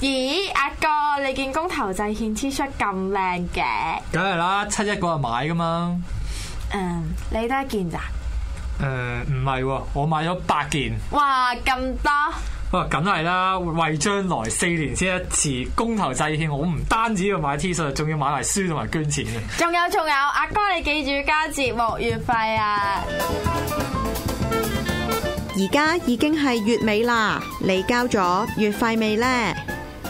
咦，阿哥，你件公投制憲 T 恤咁靚嘅？梗係啦，七一嗰日買噶嘛。嗯，你得一件咋？誒唔係喎，我買咗八件。哇，咁多！哇，哦梗係啦，為將來四年先一次公投制憲，我唔單止要買 T 恤，仲要買埋書同埋捐錢嘅。仲有仲有，阿哥你記住交節目月費啊！而家已經係月尾啦，你交咗月費未呢？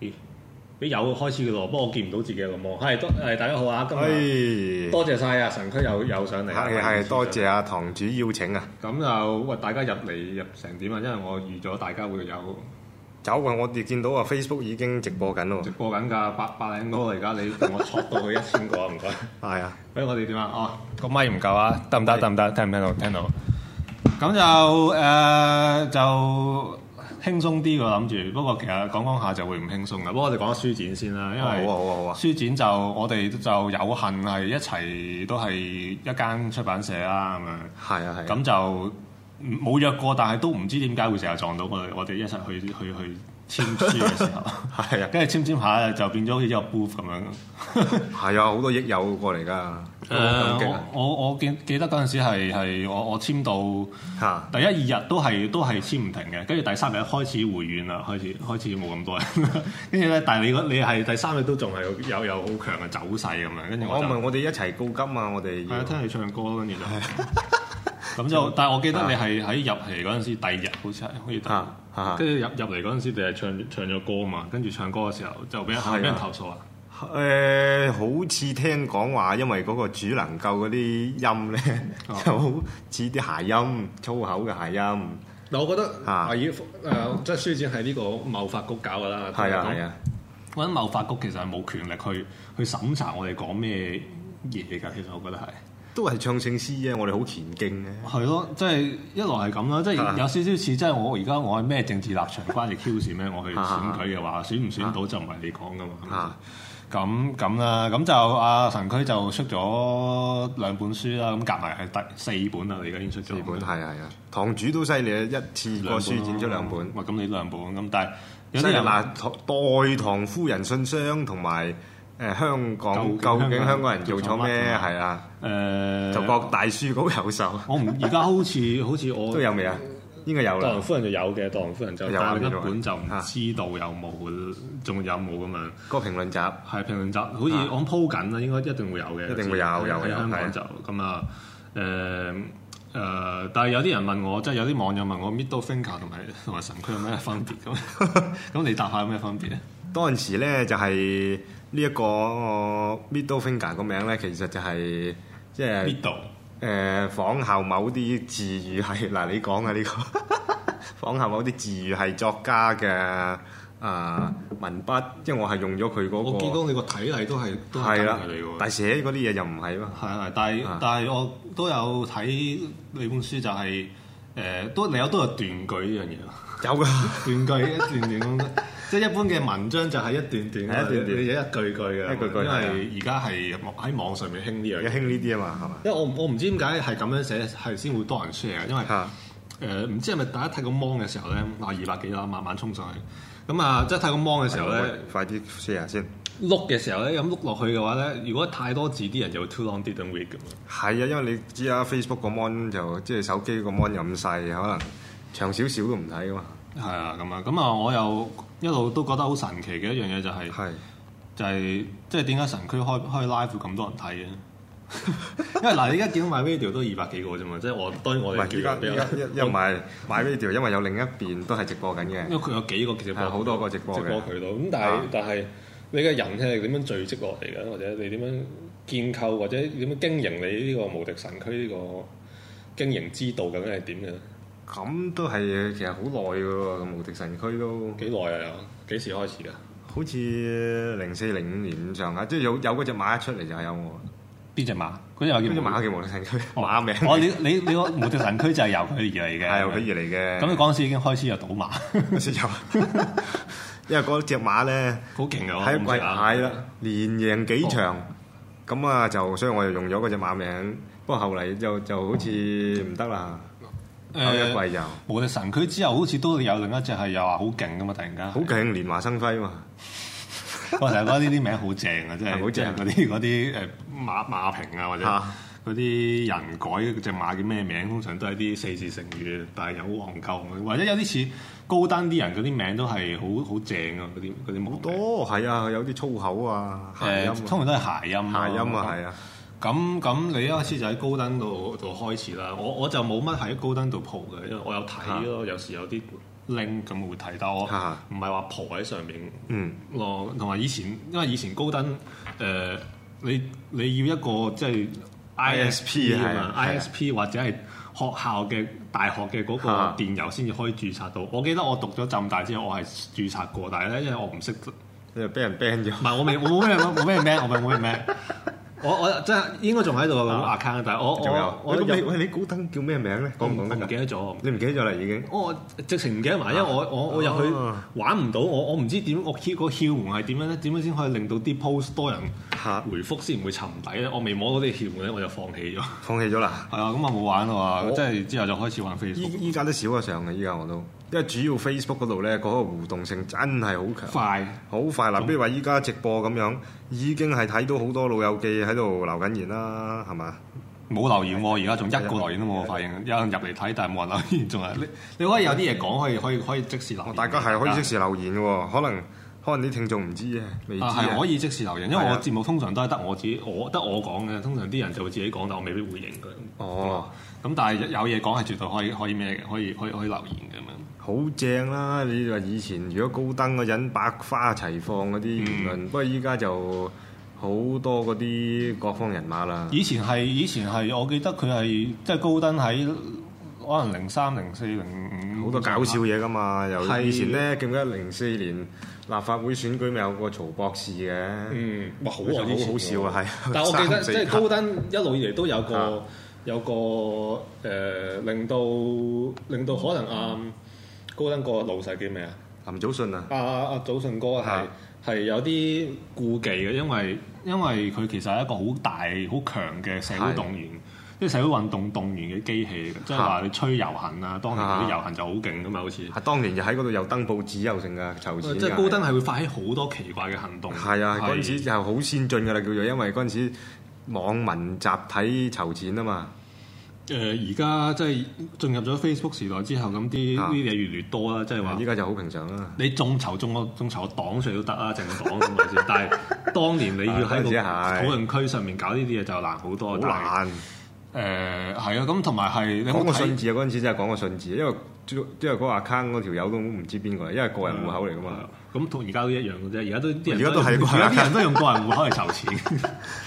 咦咦有開始嘅咯，不過我見唔到自己嘅個網。係多誒，大家好啊！今日唉，多謝晒啊，神區有有上嚟。客氣係多謝阿堂主邀請啊！咁就喂，大家入嚟入成點啊？因為我預咗大家會有有啊，我哋見到啊 Facebook 已經直播緊咯直，播緊㗎，八百零個而家你同我戳到佢一千個啊，唔 該。係啊，喂，我哋點啊？哦，個咪唔夠啊，得唔得？得唔得？聽唔聽到？聽到。咁就誒、呃就輕鬆啲我諗住，不過其實講講下就會唔輕鬆啦。不過我哋講下書展先啦，因為好啊好啊好啊書展就我哋就有幸係一齊都係一間出版社啦咁樣。係啊係啊。咁就冇約過，但係都唔知點解會成日撞到我哋，我哋一齊去去去簽書嘅時候，係啊跟住簽簽下就變咗好似一個 booth 咁樣。係啊，好多益友過嚟㗎，誒、好感激啊我我我記記得嗰陣時係係我我簽到嚇第一二日都係都係簽唔停嘅，跟住第三日開始回軟啦，開始開始冇咁多人， 跟住咧，但係你嗰你係第三日都仲係有有有好強嘅走勢咁樣，跟住我我就咪我哋一齊告急啊！我哋係啊，要聽你唱歌咯，跟住就 咁 就，但係我記得你係喺入嚟嗰陣時，第二日好似係好似第二日啊啊跟住入入嚟嗰陣時，你係唱唱咗歌嘛，跟住唱歌嘅時候就俾人係啊俾人投訴啊，誒、好似聽講話，因為嗰個主能夠嗰啲音咧，哦 就好似啲諧音、粗口嘅諧音，嗱，我覺得啊要誒，即係書展係呢個貿發局搞㗎啦，係啊係啊，我覺得貿發局其實係冇權力去去審查我哋講咩嘢㗎，其實我覺得係。都係唱聖詩啫，我哋好虔敬嘅。係咯，即係一來係咁啦，即係啊有少少似即係我而家我係咩政治立場關你 Q 事咩？我去選舉嘅話，選唔選到就唔係你講噶嘛啊。咁咁啦，咁就阿神區就出咗兩本書啦，咁夾埋係第四本啦，你而家已經出咗呢本係啊係啊，堂主都犀利啊，一次過書展咗兩本，哇！咁你兩本啊咁，但係有犀啲利人嗱，唐代唐夫人信箱同埋誒香港究究竟竟香港香港人人做做錯咗乜咩？同埋係啊，誒，就各大書稿 有售，呃我唔而家好似好似我 都有未啊？應該有杜啦蘭。夫人就有嘅，杜蘭夫人就有但啊係另呢一度本就唔啊知道有冇，仲有冇咁樣。個評論集係評論集，好似啊我諗鋪緊啦，應該一定會有嘅，一定會有喺有喺有香係港啊就咁啊，誒誒，但係有啲人問我，即係有啲網友問我 middle finger 同埋同埋神區有咩分別咁， 咁你答下有咩分別咧？當陣時咧就係呢一個 Middle Finger 個名咧，其實就係即係 middle 誒呃仿效某啲字語係嗱，你講啊呢個 仿效某啲字語係作家嘅啊文筆，即係我係用咗佢我見嗰到你個體例都係個都係跟啦佢哋喎，，但係寫嗰啲嘢又唔係嘛，係啊，但係啊但係我都有睇你本書，就係誒都你有都有斷句呢樣嘢咯。有噶。 斷句一段段 咁，即係一般嘅文章就係一段段，係一段段你一句句嘅，一句句啊因為而家係喺網上面興呢樣而家嘢。興呢啲啊嘛，係嘛？因為我唔我唔知點解係咁樣寫係先會多人 share，因為誒、嚇誒唔知係咪大家睇個 mon 嘅時候咧，啊二百幾啦，慢慢衝上去。咁啊，即係睇個 mon 嘅時候咧，快啲 share 先。碌嘅時候咧，咁碌落去嘅話咧，如果太多字啲人就會 too long didn't read 咁樣。係啊，因為你知啊，Facebook 個 mon 就即係手機個 mon 又咁細，可能長少少都唔睇噶嘛。係啊，咁啊，咁啊，我又一路都覺得好神奇嘅一樣嘢就係、係就係即係點解神區開開 live 會咁多人睇嘅？ 因為嗱，你而家見到 my video 都二百幾個啫嘛，即係我當然唔我哋係？依家叫比依較家一因埋買 video，因為有另一邊都係直播緊嘅因。為佢有幾 個直播係好多個直播嘅直播渠道，咁但係啊但係你嘅人氣係點樣聚積落嚟嘅，或者你點樣建構，或者點樣經營你呢個無敵神區呢個經營之道究竟係點嘅咧？咁都係其實好耐嘅喎，咁無敵神區都幾耐啊？幾時開始㗎？好似零四零五年咁上下，即係有有嗰只馬一出嚟就係有我，邊只馬？嗰只有嗰只馬叫無敵神區， 馬名哦，你你你個無敵神區就係由佢而嚟嘅，係由佢而嚟嘅。咁你嗰陣時已經開始有賭馬，嗰時有， 因為嗰只馬咧好勁啊！哦喺季係啦，連贏幾場，咁啊就所以我就用咗嗰只馬名。不過後嚟就就好似唔得啦，我後唔一知啊，誒季就好無敵神區之後，好似都有另一隻係又話好勁噶嘛，突然間。勁，連華生輝嘛。我成日覺得呢啲名好正啊，真係係好正即係嗰啲嗰啲誒馬馬評啊，或者嚇嗰啲人改隻馬叫咩名，通常都係啲四字成語，但係又好戇鳩，或者有啲似高登啲人嗰啲名都係好好正啊，嗰啲嗰啲好多係啊，有啲粗口啊，諧音誒，通常啊都係諧音諧音啊，係啊。咁咁，你一開始就喺高登度度開始啦。我我就冇乜喺高登度蒲嘅，因為我有睇咯，有時有啲 link 咁會睇，但我嚇唔係話蒲喺上面嗯，咯。同埋以前，因為以前高登誒、呃你你要一個即係 ISP 啊嘛係啊係啊，ISP 或者係學校嘅大學嘅嗰個嚇電郵先至可以註冊到。我記得我讀咗浸大之後，我係註冊過，但係咧因為我唔識。你就俾人 ban 咗唔。係我 未，我冇咩冇咩名，我咪冇咩名。我我真係應該仲喺度個啊 account，但係我仲有我，我喂咁你入喂你古登叫咩名咧？我講唔唔我講得唔記㗎？得咗。你唔記得咗啦已經。我直情唔記得埋，因為我我我入去啊玩唔到，我我唔知點我 keep 個竅門係點樣咧？點樣先可以令到啲 post 多人嚇回覆先唔會沉底咧？我未摸到啲竅門咧，我就放棄咗。放棄咗啦。係啊，咁我冇玩啦我喎，即係之後就開始玩依 Facebook。依家都少咗上嘅，依家我都，因為主要 Facebook 嗰度咧，嗰、個互動性真係好強。快好快嗱，比如話依家直播咁樣，已經係睇到好多老友記喺度留緊言啦，係嘛？冇留言喎，而家仲一個留言都冇，我發現有人入嚟睇，但係冇人留言，仲係你你可以有啲嘢講，可以可以可以即時留言。大家係可以即時留言嘅喎，可能可能啲聽眾唔知嘅，未知啊，嘅係可以即時留言，因為係啊我節目通常都係得我自己，我得我講嘅，通常啲人就會自己講，但我未必會應佢。哦，咁但係有嘢講係絕對可以可以咩嘅，可以可以可以留言嘅咁樣。好正啦！你話以前如果高登嗰陣百花齊放嗰嗯啲言論，不過依家就好多嗰啲各方人馬啦。以前係以前係，我記得佢係即係高登喺可能零三、零四、零五啊好多搞笑嘢噶嘛，又嗯係以前咧，記唔記得零四年立法會選舉咪有個曹博士嘅，嗯，哇，好佢就啊，以前好好笑啊，係。但我記得三四即係拍高登一路以嚟都有個啊有個誒、呃令到令到可能啊、高登個老細叫咩啊？林祖信啊，阿阿祖信哥係啊係有啲顧忌嘅，因為因為佢其實係一個好大好強嘅社會係動員，即係社會運動動員嘅機器嚟嘅，即係話你吹遊行啊，當年嗰啲啊遊行就好勁噶嘛，好似啊當年又喺嗰度又登報紙又成噶，籌錢㗎哦即係高登係會發起好多奇怪嘅行動。係啊，嗰陣時就好先進噶啦，叫做因為嗰陣時網民集體籌錢啊嘛，誒而家即係進入咗 Facebook 時代之後，咁啲呢啊啲嘢越嚟越多啦，即係話依。家就好平常啦。你眾籌眾個眾籌個黨上都得啊，政黨咁咪先？但係當年你要喺個啊討嗰陣時係論區上面搞呢啲嘢就難好多，好但係難誒係啊，咁同埋係你有講冇個睇？信字啊！嗰陣時真係講個信字，因為因為嗰個 account 嗰條友都唔知邊個嚟，因為個人戶口嚟噶嘛。咁同而家都一樣嘅啫，而家都啲人而家都係用個人而家啲人都用個人戶口嚟籌 錢。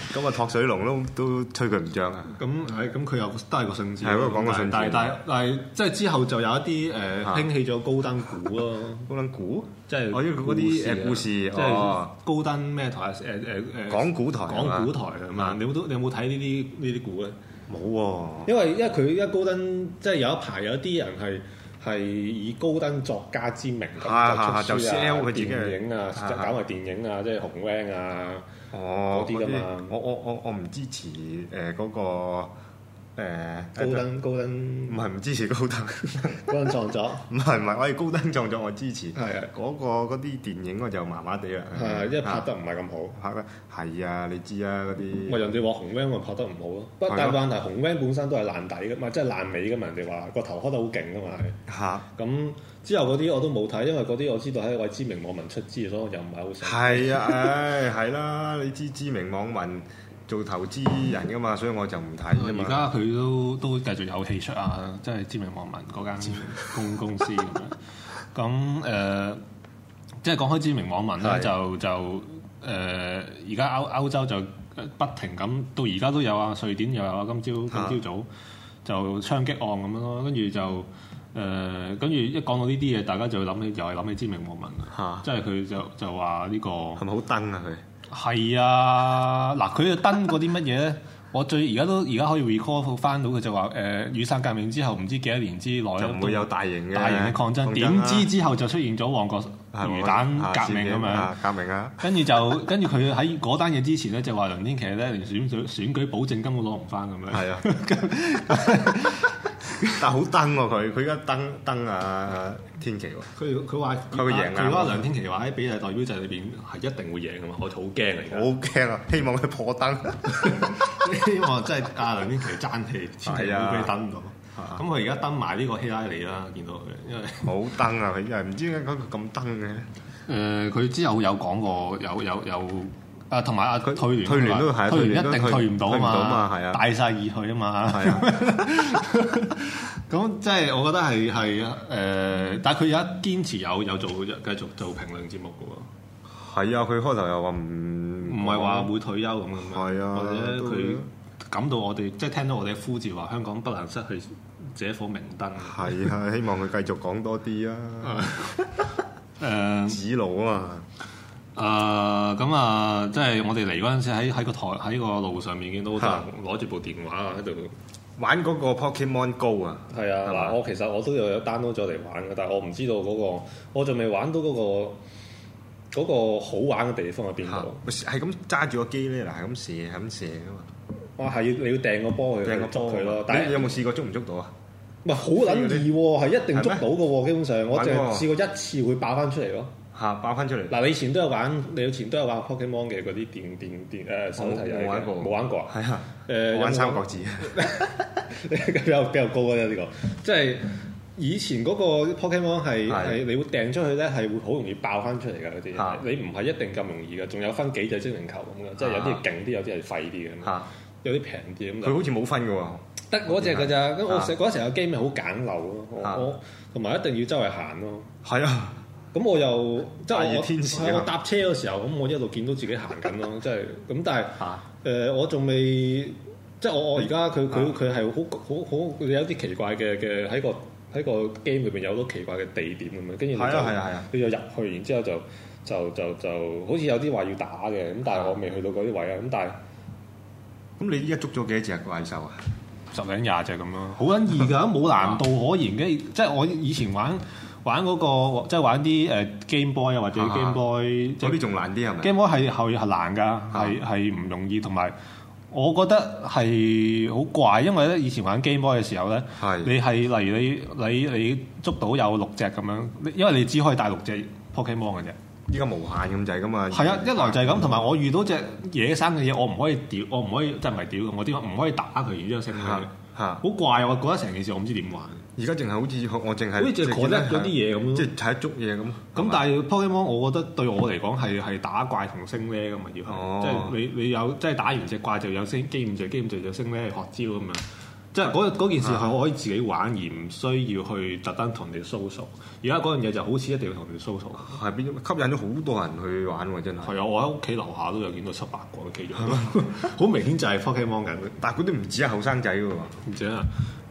咁啊，托水龍都都吹佢唔漲啊！咁係咁，佢又都係個信字。係嗰個講個信字但係但係但係即係之後就有一啲誒啊興起咗高登股咯。高登股，即係啊我要嗰啲誒故事即係哦，高登咩台誒誒誒講古台係嘛講古台啊嘛，你有冇都你有冇睇呢啲呢啲股咧？啊冇喎，因為因為佢依家高登即係有一排有啲人係係以高登作家之名啊咁就就出書 sell 佢啊、自己電影啊，啊搞埋電影啊，即係紅 van 啊，哦嗰啲㗎嘛我我我我唔支持誒嗰個誒高登高登唔係唔支持高登， 高登撞咗，唔係唔係，我哋高登撞咗我支持。係啊嗰個嗰啲電影我就麻麻地啦。係啊因為拍得唔係咁好。拍得係啊，你知啊嗰啲。咪人哋話紅 van 咪拍得唔好咯，不係咯但係問題紅 van 本身都係爛底噶嘛，即係爛尾噶嘛，人哋話個頭開得好勁噶嘛，嚇係咁之後嗰啲我都冇睇，因為嗰啲我知道係一位知名網民出資，所以我又唔係好想。係啊，唉，係啦，你知知名網民做投資人噶嘛，所以我就唔睇啫啊哦而嘛。家佢都都繼續有戲出啊，即係知名網民嗰間公公司咁樣。咁誒、呃即係講開知名網民咧，係就就誒，呃而家歐歐洲就不停咁，到而家都有啊，瑞典又有啊，今朝啊今朝早就槍擊案咁樣咯，跟住就。誒，跟住、一講到呢啲嘢，大家就會諗起，又係諗起知名網民啦嚇即係佢就就話呢、個係咪好登啊佢？係啊，嗱，佢就登嗰啲乜嘢咧？ 我最而家都而家可以 recall 翻到佢就話誒雨傘革命之後唔知幾多年之內就唔會有大型嘅啊啊大型嘅抗爭，點知之後就出現咗旺角魚蛋革命咁樣。啊，革命啊！跟住就 跟住佢喺嗰單嘢之前咧，就話梁天琦咧連選舉選舉保證金都攞唔翻咁樣。係啊，但係好登喎佢，佢而家登登啊天琪喎， 佢佢話佢會贏啊佢話梁天琦話哎喺比例代表制裏邊係一定會贏噶嘛，我好驚啊！我好驚啊！希望佢破登，希望真係阿梁天琦爭氣，千祈唔好俾佢登唔到。咁佢而家登埋呢個希拉里啦，見到佢，因為好登啊！佢真係唔知點解佢咁登嘅，誒佢之後有講過，有有有啊，同埋啊佢退聯退聯都係退聯退一聯定都退唔到啊退唔到嘛係啊大勢已去啊嘛，係啊， 咁即係我覺得係係誒，但係佢而家堅持有有做繼續做評論節目嘅喎。係啊！佢開頭又話唔唔唔係話會退休咁樣，係啊或者都佢感到我哋即係聽到我哋嘅呼召話香港不能失去這顆明燈。係啊！希望佢繼續講多啲啊！ 誒指路啊嘛，誒咁啊，即係我哋嚟嗰陣時喺喺個台喺個路上面見到好多人攞住部電話啊喺度。玩嗰個 Pokemon Go 啊，係係嘛啊，嗱，我其實我都有有 download 咗嚟玩嘅，但係我唔知道嗰、個，我仲未玩到嗰、個嗰、個好玩嘅地方喺邊嚇度。係咁揸住個機咧，嗱係咁射係咁射啊嘛，哇，係要你要掟個波去捉佢咯，但啊你係有冇試過捉唔捉到啊？唔係好撚易喎，係一定捉到嘅喎，基本上我玩淨係喎試過一次會爆翻出嚟咯。嚇爆翻出嚟！嗱，你以前都有玩，你以前都有玩 Pokemon 嘅嗰啲電電電誒手提冇冇玩過冇玩過啊？係啊，誒我有冇玩三角字，比較比較高啊呢個，即係以前嗰個 Pokemon 係係係你會掟出去咧，係會好容易爆翻出嚟㗎嗰啲嚇，你唔係一定咁容易㗎，仲有分幾隻精靈球咁㗎，即係有啲係勁啲，有啲係廢啲嘅咁，嚇有啲平啲咁佢就。好似冇分嘅喎，得嗰只㗎咋，咁我嚇成嗰陣時候個 game 咪好簡陋咯，我嚇我同埋一定要周圍行咯。係啊，咁我又即大係熱我天時啊係我搭車嘅時候，咁我一路見到自己行緊咯，即係咁。但係誒、嚇呃我仲未即係我我而家佢佢佢係好好好你有啲奇怪嘅嘅喺個喺個 game 裏邊有好多奇怪嘅地點咁樣，跟住你就係啊係啊係啊你就入去，然之後就就就就好似有啲話要打嘅，咁但係我未去到嗰啲位啊，咁但係。咁你依家捉咗幾多隻怪獸啊？十零廿隻咁咯，好撚易㗎，冇難度可言嘅。即係我以前玩玩嗰、個，即係玩啲誒、Game Boy 啊，或者啊 Game Boy 即嗰係啲仲難啲係咪？ Game Boy 係係係難㗎，啊係係唔容易，同埋我覺得係好怪，因為咧以前玩 Game Boy 嘅時候咧，係你係例如你你你捉到有六隻咁樣，你因為你只可以帶六隻 Pokemon 嘅啫。依家無限咁滯噶嘛？係啊，一來就係咁，同埋我遇到隻野生嘅嘢，我唔可以屌，我唔可以即係唔係屌嘅，我點講唔可以打佢，然之後升佢。嚇嚇，好怪啊！我覺得成件事我唔知點玩。而家淨係好似我淨係好似淨係覺得嗰啲嘢咁咯即係睇捉嘢咁。咁但係 Pokemon，我覺得對我嚟講係係打怪同升 l 咁嘛，啊要係、哦即係你你有即係打完隻怪就有升機五隻，機五隻就升 l 學招咁樣。即係嗰嗰件事啊係我可以自己玩，而唔需要去特登同人哋 social。而家嗰樣嘢就好似一定要同人哋 social。係變咗吸引咗好多人去玩喎，真係。係啊，我喺屋企樓下都有見到七八個都企咗喺度， 好明顯就係 Pokemon 緊。但係嗰啲唔止係後生仔嘅喎，唔知啊，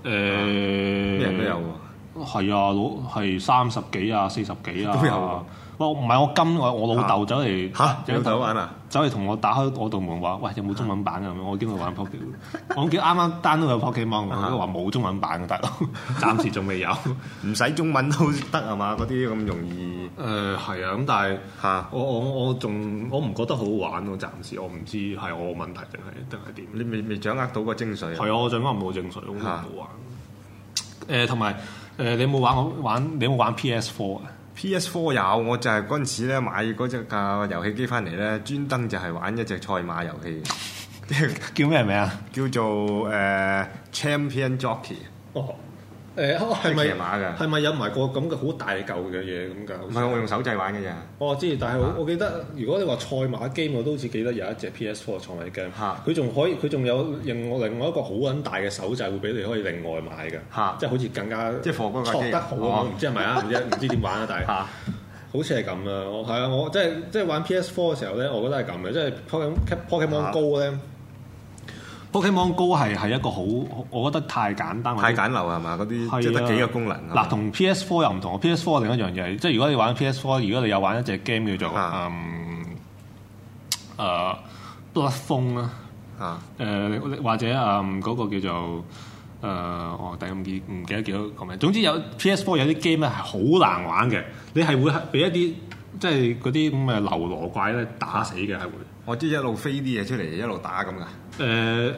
誒咩咩人都有喎。係啊，老係三十幾啊，四十幾啊，都有喎喂，唔係我今我我老豆走嚟嚇走嚟你老豆玩啊，走嚟同我打開我道門 話：喂，有冇中文版啊？咁樣我經佢玩 Pokemon，我見啱啱 download 有 Pokemon，佢話冇中文版啊嘅大佬， 暫時仲未 有。誒唔使中文都得係嘛？嗰啲咁容易係啊，咁但係嚇。我我我仲我唔覺得好好玩咯，暫時我唔知係我問題定係定係點。你未未掌握到個精髓啊！係啊，我最啱冇正水，我覺得唔好玩。誒同埋誒，你有冇玩我玩？你有冇玩 PS Four 啊？ P.S. Four 有，我就係嗰陣時咧買嗰只架遊戲機翻嚟咧，專登就係玩一隻賽馬遊戲，叫咩名啊？叫做誒、Champion Jockey。哦，誒係騎馬㗎係咪有埋個咁嘅好大嚿嘅嘢咁㗎？唔係我用手掣玩嘅咋，我知，哦但係我我記得，如果你話賽馬 game，我都好似記得有一隻 PS4 賽馬 game，嚇佢仲可以，佢仲有另外另外一個好撚大嘅手掣，會俾你可以另外買嘅，嚇即係好似更加即係放嗰個機錯得好啊！哦唔知係咪 啊？唔知唔知點玩啊？但係嚇好似係咁啊！我係啊！我即係即係玩 PS4 嘅時候咧，我覺得係咁嘅，即係 Pokemon Pokemon 嚇 Go 咧。Pokemon Go 係係一個好，我覺得太簡單太簡陋係嘛？嗰啲係即係得啊幾個功能係嘛嗱，同 PS Four 又唔同，PS Four 另一樣嘢，即係如果你玩 PS Four，如果你有玩一隻 game 叫做啊嗯呃誒 Bloodfong 啦，啊誒呃或者嗯嗰個叫做。呃誒、我突然唔記唔記得叫個名。總之有 PS4 有啲 game 咧係好難玩嘅，你係會俾一啲即係嗰啲咁嘅流羅怪咧打死嘅係會。我知一路飛啲嘢出嚟，一路打咁噶。誒、呃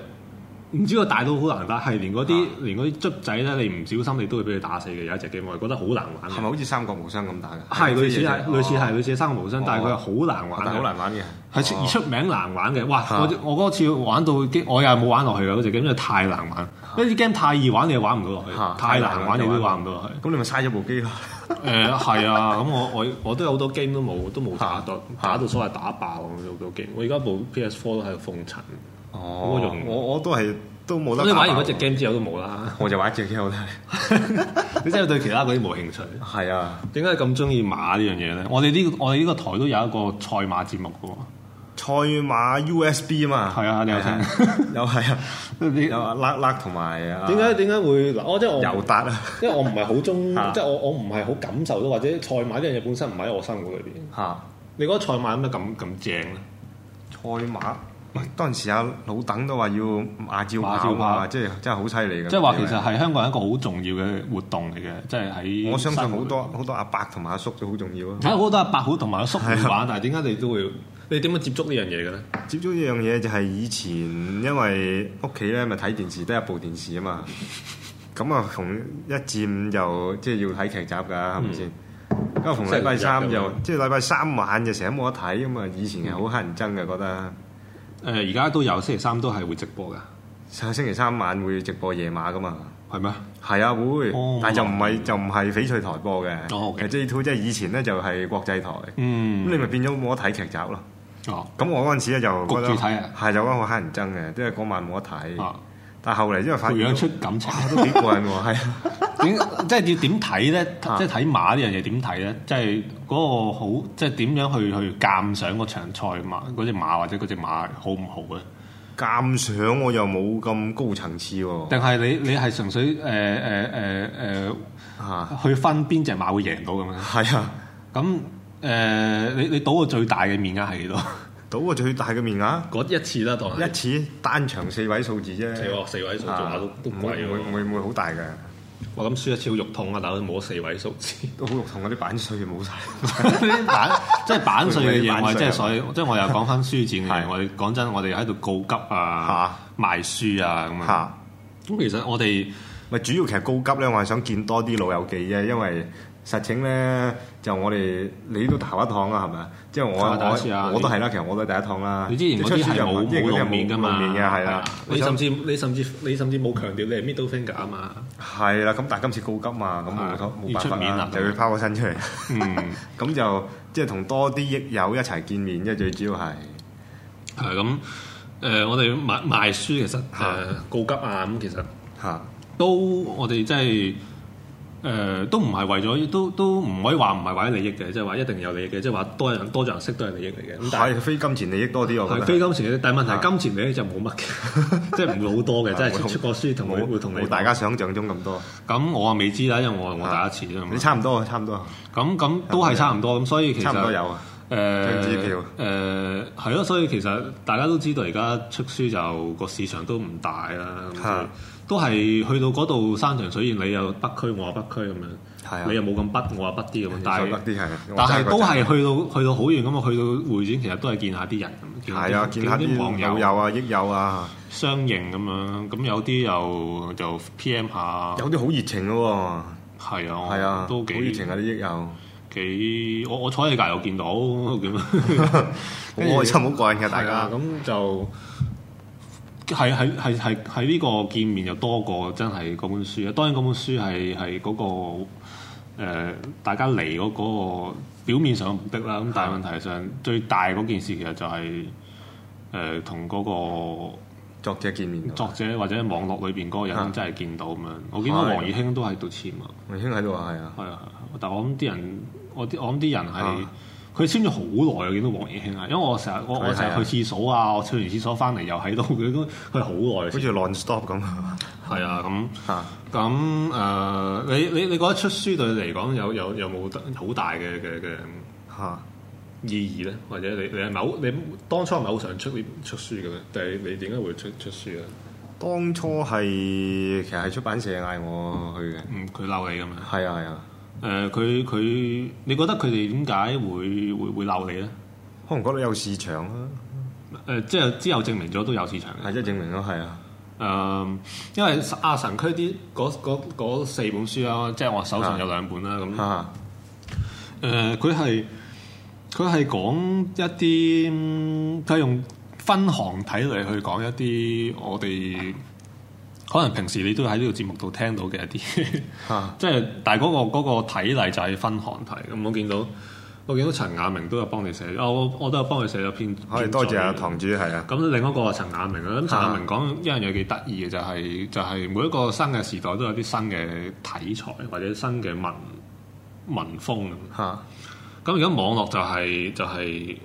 唔知個大到好難打，係連嗰啲、啊連嗰啲卒仔咧，你唔小心你都會俾佢打死嘅。有一隻 game 我係覺得好難玩係嘅咪好似三國無雙咁打㗎？係類似飛嘢係出嚟類似係哦類似三個無雙，但係佢係好難玩哦但係好嘅，難玩嘅。哦係而出名難玩嘅。哇！嚇我我嗰次玩到機，我又冇玩落去啊嘅嗰只 game，因為太難玩。呢啲 game 太易玩你又玩唔到落去嚇，太難玩你太都玩難玩唔到落去。咁你咪嘥咗部機咯。 誒係啊，咁我我我都有好多 game 都冇都冇打到，打到所謂打爆咁好多 game。我而家部 PS4 都喺度封塵。哦我用我我都係都冇得。咁你玩完嗰隻，game 之後都冇啦，我就玩一隻 game 啦。 你真係對其他嗰啲冇興趣。係啊，點解咁中意馬呢樣嘢咧？我哋呢個我哋呢個台都有一個賽馬節目嘅喎。賽馬 USB 啊嘛。係 啊你有聽係啊有係啊。 你有啊，甩甩同埋啊。點解點解會嗱？我即係我尤達啊？ 因為我唔係好中， 啊即係我我唔係好感受到，或者賽馬呢樣嘢本身唔喺我生活裏邊。嚇！你覺得賽馬有咩咁咁正咧？賽馬，喂，當陣時阿老等都話要馬照馬照跑跑啊，即係真係好犀利嘅。即係話其實係香港人一個好重要嘅活動嚟嘅，即係喺我相信生活好多好多阿伯同埋阿叔都好重要啊。睇好多阿伯好同埋阿叔會玩， 但係點解你都會你點樣接觸呢樣嘢嘅咧？接觸一樣嘢就係以前，因為屋企咧咪睇電視得一部電視啊 嘛，咁啊逢一至五就即係要睇劇集㗎，係咪先？咁啊逢禮拜三嗯星期日咁就樣即係禮拜三晚就成日冇得睇咁啊！以前係好乞人憎嘅，覺得誒而家都有星期三都係會直播㗎，星期三晚會直播夜馬㗎嘛。係咩？係啊，會，哦但係就唔係就唔係翡翠台播嘅。哦，OK J Two 即係以前咧就係國際台，咁、嗯，你咪變咗冇得睇劇集咯。哦咁我嗰陣時咧就覺得焗住睇啊係就覺得好乞人憎嘅，即係嗰晚冇得睇。啊，但係後嚟因為發培現養出感 情。都 幾過癮喎，係啊點即係要點睇咧？即啊係睇馬呢樣嘢點睇咧？即係嗰個好，即係點樣去去鑑賞嗰場賽馬嗰只馬或者嗰只馬好唔好咧？鑑賞我又冇咁高層次 喎，定係你你係純粹誒誒誒嚇誒去分邊只馬會贏到咁樣？啊係啊，咁誒、你你賭個最大嘅面額係幾多？賭個最大嘅面額 嗰一次啦，當一次單場四位數字啫，四位數啊唔會唔會唔會唔會好大嘅，嗯我咁輸一次好肉痛啊！但係冇四位數字。都好肉痛嗰啲版稅冇晒。 版即係版税嘅嘢，版我稅即係所以，即係我又講翻書展嘅係嘢。我哋講真，我哋喺度告急啊，賣書啊咁嚇、啊。咁其實我哋咪主要其實高級咧，我係想見多啲老友記啫，因為實情咧就我哋你都頭一趟啦，係咪啊？即係我頭一趟試下我我都係啦，其實我都係第一趟啦。你之前嗰啲係冇即係冇出書就唔露面㗎嘛，因為嗰啲係冇露面嘅係係啦啊。你甚至你甚至你甚至冇強調你係 middle finger 啊嘛。係啦，咁但係今次高級嘛，咁冇啊錯冇要出辦法面啦啦，就要拋個身出嚟。嗯， 咁就即係同多啲益友一齊見面，即係最主要係係咁。誒，我哋賣賣書其實誒嚇告急啊，咁其實嚇都我哋真係誒、都唔係為咗，都都唔可以話唔係為咗利益嘅，即係話一定有利益嘅，即係話多人多咗人識都係利益嚟嘅。咁但係係非金錢利益多啲，我覺係得。非金錢利益，但係啊問題金錢利益就冇乜嘅， 即係唔會好多嘅，即係出出個書同會冇會同你冇講大家。想象中咁多。咁我啊未知啦，因為我我啊第一次啫嘛你。差唔多啊，差唔多啊，咁咁都係差唔多，咁所以其實差唔多有啊。誒張支票誒係咯，所以其實大家都知道而家出書就個市場都唔大啦，咁所以嚇都係去到嗰度山長水遠，你又北區，我又北區咁係啊樣，你又冇咁北，我又北啲咁樣，但但係係啲係，但係都係我去到去到好遠咁啊，去到會展其實都係見下啲人咁，真係覺得係啊，見下啲網老友啊、益友啊，相認咁樣，咁有啲又就 PM 下，有啲好熱情嘅喎，係啊，係啊，哦都好幾熱情啊啲益友。幾我我坐喺你隔離又見到咁 樣，好開心，好過癮嘅大係啊家。咁就係係係係喺呢個見面又多過真係嗰本書啊！當然嗰本書係係嗰個、呃、大家嚟嗰、個表面上嘅目的啦，咁但係問題上最大嗰件事其實就係誒同嗰個作者見面，作者或者網絡裏邊嗰個啊人真係見到咁樣。我見到係黃義興都喺度簽啊。明兄喺度啊，係啊，係啊，係啊但我諗啲人，我啲我諗啲人係啊佢簽咗好耐啊，見到黃義興啊，因為我成日我佢係啊我成日去廁所啊，我去完廁所翻嚟又喺度， 佢都佢好耐好先。似 non stop 咁啊 係啊，咁嚇。咁誒，你你你覺得出書對你嚟講有有有冇得好大嘅嘅嘅嚇意義咧？或者你你係咪好你當初係咪好想出呢出書嘅咧？但係你點解會出出書啊咧？當初係其實係出版社嗌我去嘅，嗯，佢鬧你咁樣。係啊係啊，誒，佢佢你覺得佢哋點解會會會鬧你咧？可能覺得有市場啦，誒，即係之後證明咗都有市場嘅。係即係證明咯，係啊，誒、因為阿神區啲嗰嗰嗰四本書啦，即係我手上有兩本啦，咁嚇誒佢係佢係講一啲，嗯佢係用分行體嚟去講一啲我哋可能平時你都喺呢個節目度聽到嘅一啲。嚇即係但係嗰、個嗰、個體例就係分行體咁，我見到我見到陳雅明都有幫你寫，啊我我都有幫佢寫咗篇。可以篇多謝阿作嘅堂主係啊，咁另一個係陳雅明啦，咁陳雅明講一樣嘢幾得意嘅就係、就係、每一個新嘅時代都有啲新嘅題材或者新嘅文文風咁。嚇咁而家網絡就係、就係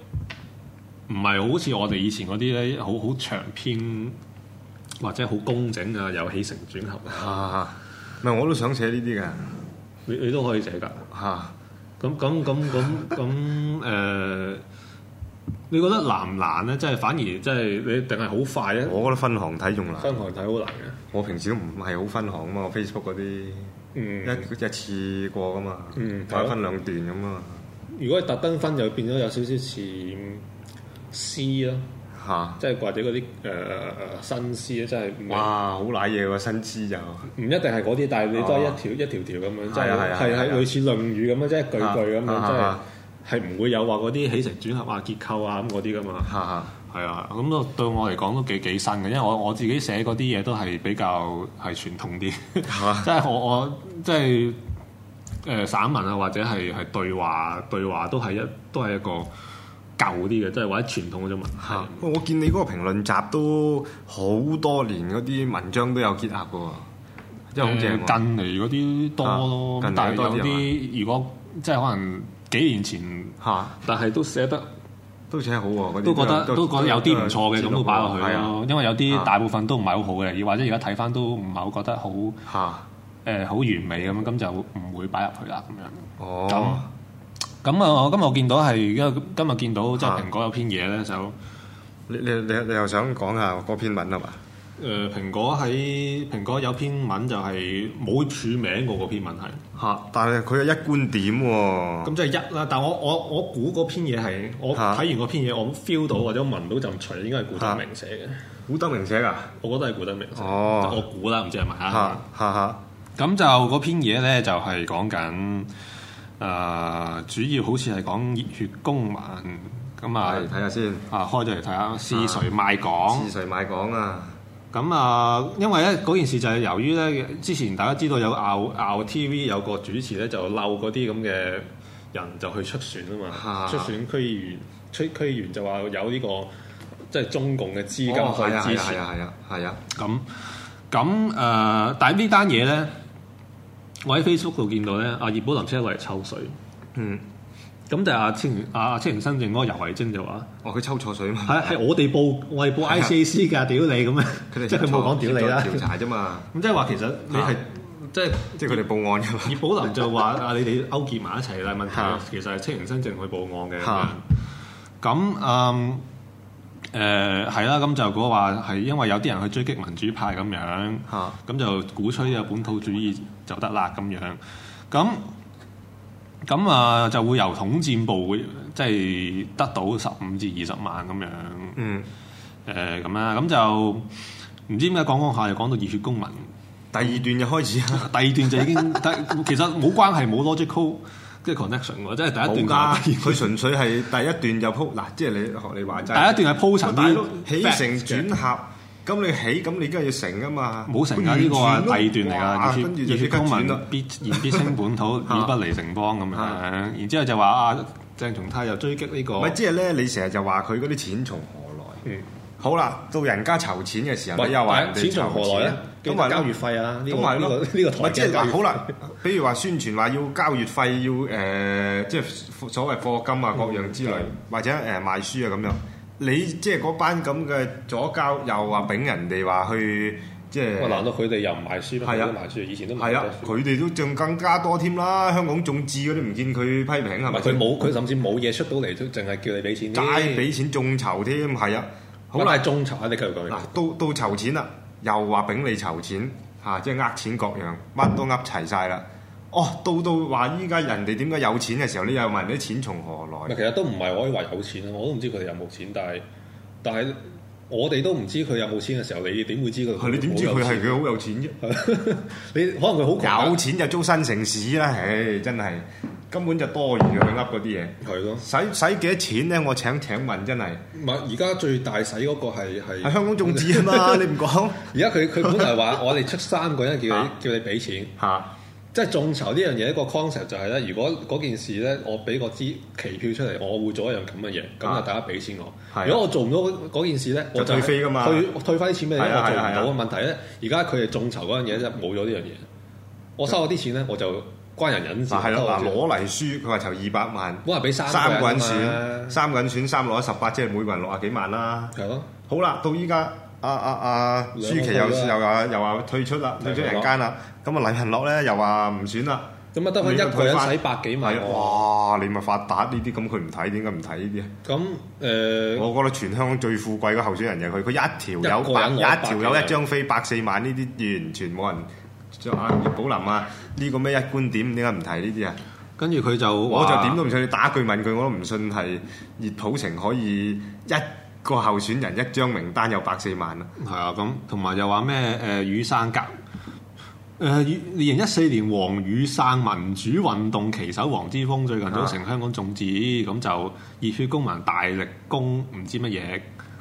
唔係好似我哋以前嗰啲咧，好好長篇或者好工整啊，有起承轉合啊，嚇嚇，唔係我都想寫呢啲嘅你你都可以寫㗎。嚇。咁咁咁咁咁誒，你覺得難唔難咧？即係反而即係你定係好快咧？我覺得分行睇仲難，分行睇好難嘅。我平時都唔係好分行啊嘛，我 Facebook 嗰啲、嗯一一次過噶嘛，嗯我分兩段咁啊如果係特登分，就變咗有少少似詩啦，嘛，即係或者嗰啲誒誒誒新詩即係唔嚇！哇，好賴嘢喎，新知就唔一定係嗰啲，但係你都係哦一條一條條咁樣，即係啊係係啊係係啊係類似《論語》咁樣，即係一句句咁啊樣，啊即係啊係唔會有話嗰啲起承轉合啊、結構啊咁嗰啲噶嘛。嚇嚇係啊，咁都對我嚟講都幾幾新嘅，因為我我自己寫嗰啲嘢都係比較係傳統啲， 即係我我即係誒、呃散文啊，或者係係對話對話都係一都係一個舊啲嘅，即係或者傳統嗰種文嚇體。！喂我見你嗰個評論集都好多年嗰啲文章都有結合嘅喎，真係好正呃喎！近嚟嗰啲多咯，咁啊近嚟但係多啲有啲如果即係可能幾年前，嚇，但係都寫得。都寫得好喎，嗰啲都覺得都覺得有啲唔錯嘅，都咁都擺落去係啊咯。因為有啲啊大部分都唔係好好嘅，而或者而家睇翻都唔係好覺得好嚇，誒呃好完美咁，咁就唔會擺入去啦咁樣。哦，咁啊，我今日我見到係因為今日見到即係啊蘋果有篇嘢咧，就誒、你你你你又想講下嗰篇文係啊嘛？呃蘋果喺蘋果有篇文就係冇署名過嗰篇文係，嚇！但係佢有一觀點喎，咁即係一啦。但我我我估嗰篇嘢係我啊睇完嗰篇嘢，我 feel 到或者我聞到陣除應該係顧德明寫嘅，古德明寫㗎，我覺得係顧德明寫嘅。哦我估啦，唔知係咪嚇啊？嚇嚇。咁就嗰篇嘢咧，就係講緊誒，主要好似係講熱血公民咁啊係，睇下先，啊開咗嚟睇下是誰賣港是誰買港啊？咁啊，因為咧嗰件事就係由於咧，之前大家知道有拗拗 TV 有個主持咧就嬲嗰啲咁嘅人就去出選啊嘛，啊出選區議員，出區議員就話有呢、個即係中共嘅資金哦係啊去支持係啊係啊係啊係啊，呃咁咁誒，但係呢單嘢咧，我喺 Facebook 度見到咧，阿葉寶林車攞嚟抽水，嗯，咁但係阿青阿阿青年新政嗰個游蕙禎就話。哦，佢抽錯水啊嘛，係係我哋報，我哋報 ICAC 㗎，屌你咁樣，啊 佢哋即係佢冇講屌你啦。啊協助調查啫嘛，咁即係話其實你係即係即係佢哋報案㗎嘛。葉寶林就 話啊，你哋勾結埋一齊啦，問嚇題其實係青年新政去報案嘅咁樣嚇。咁嗯誒係啦，咁就嗰個話係因為有啲人去追擊民主派咁樣嚇，咁就鼓吹有本土主義就得啦咁樣。咁咁啊就會由統戰部會即係得到十五至二十萬咁樣。嗯，誒咁啦，咁就唔知點解講講下就講到熱血公民，第二段就開始啊啦。第二段就已經第其實冇關係冇 logical 即係 connection 喎，即係第 一段冇㗎，就已經佢純粹係第一段就鋪嗱，即係你學你話齋，第一段係鋪陳大啲佬起 fact 承嘅轉合，咁你起咁你梗係要成噶嘛？冇成㗎，呢個係第二哇段嚟跟住㗎，就熱即血刻公轉民啦。必然必稱本 土，以不離城邦咁樣，啊然之後就話啊鄭松泰又追擊呢個唔，係即係咧，你成日就話佢嗰啲錢從何來？哦嗯好啦，到人家籌錢嘅時候，喂你又話人錢哋從何籌來錢咧？咁咪交月費啊？呢個咁咪係呢個咯，呢個咪台即係交嗱，月好啦，比如話宣傳話要交月費，要誒、呃即係所謂課金啊各樣之嗯類，或者誒、呃、賣書啊咁樣。你即係嗰班咁嘅左交，又話丙人哋話去即哇！啊難係到佢哋又唔賣書，乜係都啊賣書，以前都唔係啊賣，書佢哋都仲更加多添啦。香港眾志嗰啲唔見佢批評係唔咪係先？佢冇，佢甚至冇嘢出到嚟，都淨係叫你俾錢。齋俾錢眾籌添，係啊，好好啦，啦。眾籌啊！你繼續講嗱，到到籌錢啦，又話丙你籌錢嚇、啊即係呃錢各樣，乜都呃齊晒啦。哦，到到話依家人哋點解有錢嘅時候，你又問啲錢從何唔係來？其實都唔係可以話有錢啊！我都唔知佢哋有冇錢，但係但係我哋都唔知佢有冇錢嘅時候，你點會知佢？係你點知佢係佢好有錢啫？係？你可能佢好窮啊有錢就租新城市啦，唉，真係根本就多餘嘅佢呃嗰啲嘢。係咯，使使幾多錢咧？我請請問真係唔係而家最大使嗰個係係喺香港眾志啊 嘛，你唔講而家佢佢本來話我哋出三個人叫你啊叫你俾錢，嚇即係眾籌呢樣嘢一個 concept 就係咧，如果嗰件事咧，我俾個支期票出嚟，我會做一樣咁嘅嘢，咁就啊大家俾錢我。係啊如果我做唔到嗰嗰件事咧，我就退飛㗎嘛退退翻啲錢俾你，因係為我啊做係啊唔到嘅問題咧。而家佢哋眾籌嗰樣嘢就冇咗呢樣嘢，我收咗啲錢咧，我就關人隱事。啊嗱係收咗啦，嗱錢攞嚟書，佢話籌二百萬，本來俾三三個個人人㗎啊選，嘛三個人選三攞十八，即係每個人六啊幾萬啦。係咯，好啦，到依家阿阿阿舒淇又兩個啦啊又話又話退出啦，退出人間啦。咁啊，黎文樂咧又話唔選啦。咁啊得翻你咪一個人退返使百幾萬係喎。啊哇！你咪發達呢啲，咁佢唔睇，點解唔睇呢咁呃啲？誒我覺得全香港最富貴嘅候選人就係佢，佢一條一友個百人攞一百條幾友萬一張飛百四萬，呢啲完全冇人。阿葉寶林啊，呢個咩一觀點點解唔提呢啲啊？跟住佢就我就點都唔信，你打句問佢，我都唔信係熱普城可以一個候選人一張名單有百四萬啊！係啊，咁同埋又話咩誒雨傘革誒二零一四年黃雨傘民主運動旗手黃之鋒最近啊組成香港眾志，咁就熱血公民大力攻唔知乜嘢，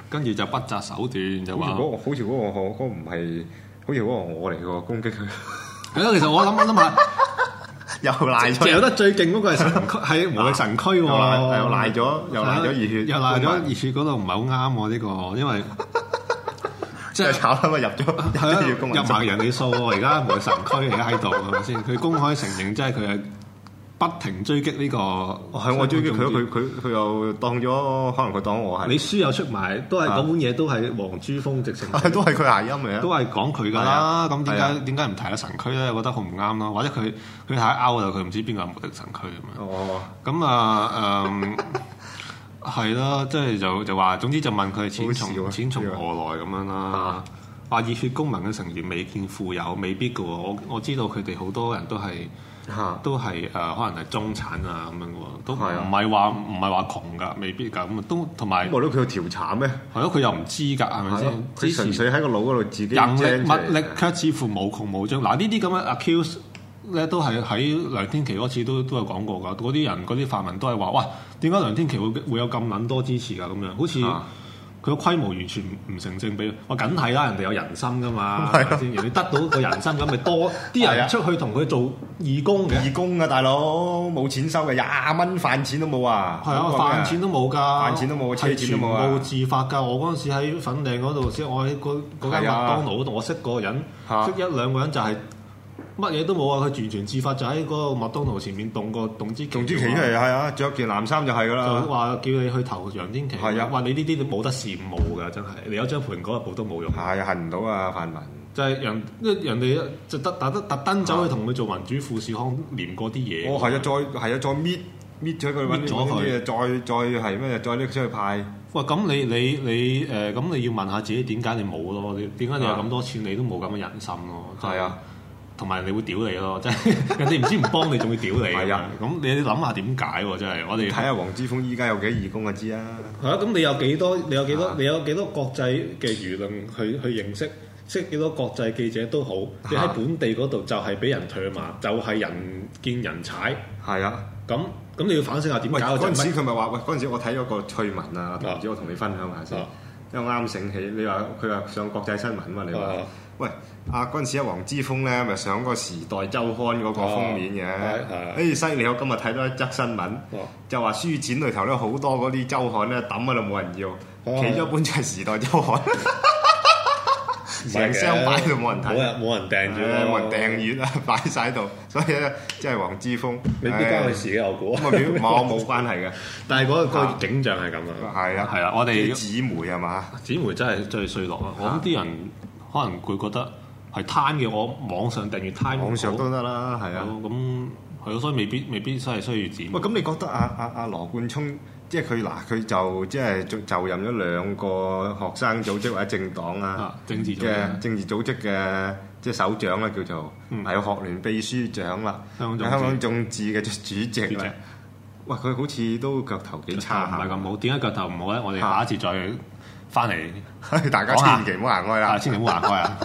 跟住就不擇手段就好似話嗰、。個，好似嗰、個我嗰、個唔係，好似嗰個我嚟嘅攻擊佢，係咯，其實我諗諗下， 又賴其實有咗，得最勁嗰個係神區，係無力神區喎，又賴又賴咗，又賴咗熱血，又賴咗熱血嗰度唔係好啱喎呢個，因為即即係係。炒啦嘛，入咗係入啊，咗要公 民入埋人哋數喎，而家冇神區而家喺度係咪先？佢公開承認，即係佢係不停追擊呢個。係我追擊佢，佢佢佢又當咗，可能佢當我係，你書又出埋，都係啊嗰本嘢都係黃珠峰直情 都係佢諧音嚟都啊！係講佢㗎係啦。啊咁點係解啊點解唔提下神區咧？我覺得好唔啱咯。或者佢佢太 out 啦，佢唔知邊個係無敵神區咁樣。哦，咁啊誒 係啦，即係就就話，總之就問佢錢好笑從啊錢從何來咁樣啦啊。話熱血公民嘅成員未見富有，未必嘅喎。我我知道佢哋好多人都係嚇都係誒、呃可能係中產啊咁樣嘅喎，都唔啊係啊係話唔係話窮㗎，未必㗎。咁啊都同埋我覺得佢要調查咩？係咯，佢又唔知㗎，係咪係咯先？之佢前純粹喺個腦嗰度自己啊人力 jam 出嚟物力卻似乎無窮無盡。嗱，呢啲咁嘅 accuse 咧，都係喺梁天琦嗰次都都有講過㗎。嗰啲人嗰啲泛民都係話：，哇，點解梁天琦會會有咁撚多支持㗎？咁樣好似啊佢個規模完全唔成正比。我梗係啦，人哋有人心㗎 嘛，係咪先？人哋得到個人心咁，咪多啲啊係人啊出去同佢做義工嘅。義工啊，大佬冇錢收嘅，廿蚊飯錢都冇啊！係啊，香港飯人錢都冇㗎，飯錢都冇車錢都冇啊係全部自發㗎。我嗰陣時喺粉嶺嗰度，即係我喺嗰嗰間麥係啊當勞嗰度，我識個人，嚇識一兩個人就係乜嘢都冇啊！佢完全自發就喺嗰個麥當勞前面動個動支旗，總之其係係啊，着件藍衫就係噶就啦。話叫你去投楊天琪。係啊哇！你呢啲都冇得羨慕㗎，真係你有張盤嗰一步都冇用。係啊，恨唔到啊，泛民。就係人，因為人哋啊就特特特登走去同佢做民主富士康連過啲嘢。哦，係啊，再係啊，再搣搣咗佢，搣咗佢揾啲嘢，再再係咩？再拎出去派。喂，咁你你你誒，呃咁、你要問下自己點解你冇咯？你點解你有咁多錢，你都冇咁嘅人心咯？真係啊係啊，同埋人哋會屌你咯，即 係人哋唔知唔幫你，仲會屌你。係啊，咁你諗下點解喎？真係我哋睇下黃之鋒依家有幾義工就知啊。係啊，咁你有幾多？你有幾多？啊你有幾多國際嘅輿論去去認識？識幾多國際記者都好，你喺啊本地嗰度就係俾人唾罵，就係人見人踩。係啊。咁咁你要反省下點解喂，我嗰就唔陣係時佢咪話喂，嗰陣時我睇咗個趣聞啊，唔知我同你分享下先啊，因為我啱醒起，你話佢話上國際新聞嘛，你話啊喂啊嗰陣時阿黃之鋒咧咪上嗰個時代周刊嗰個封面啊嘅，誒哎犀利！我今日睇到一則新聞哦，就話書展裏頭咧好多嗰啲周刊咧抌喺度冇人要，啊其中一本就係時代周刊，唔係成嘅箱擺喺度冇人冇睇。人冇人訂住誒咯，冇人訂閱啊，擺晒 喺度，所以咧即係黃之鋒，未必關佢事嘅，我估咁。啊表冇冇關係嘅，但係嗰個景象係咁啊。係啊， 係啊我哋啲姊妹係嘛？紙媒真係最衰落啊！我諗啲人可能會覺得係 time 嘅，我網上訂閱 time 網上好都得啦，係係啊啊。咁係咯，所以未必未必真係需要紙媒喂，。咁你覺得阿阿阿羅冠聰，即係佢嗱，佢就即係就就任咗兩個學生組織或者政黨啊啊政治組織嘅政治組織嘅即係首長啦，叫做嗯係有學聯秘書長啦，香港眾志香港眾志嘅主席啦。喂，佢好似都腳頭幾差啊唔係下咁好，點解腳頭唔好咧？我哋下一次再翻嚟 大家講下千祈唔好行開啊，啦。千祈唔好行開啊！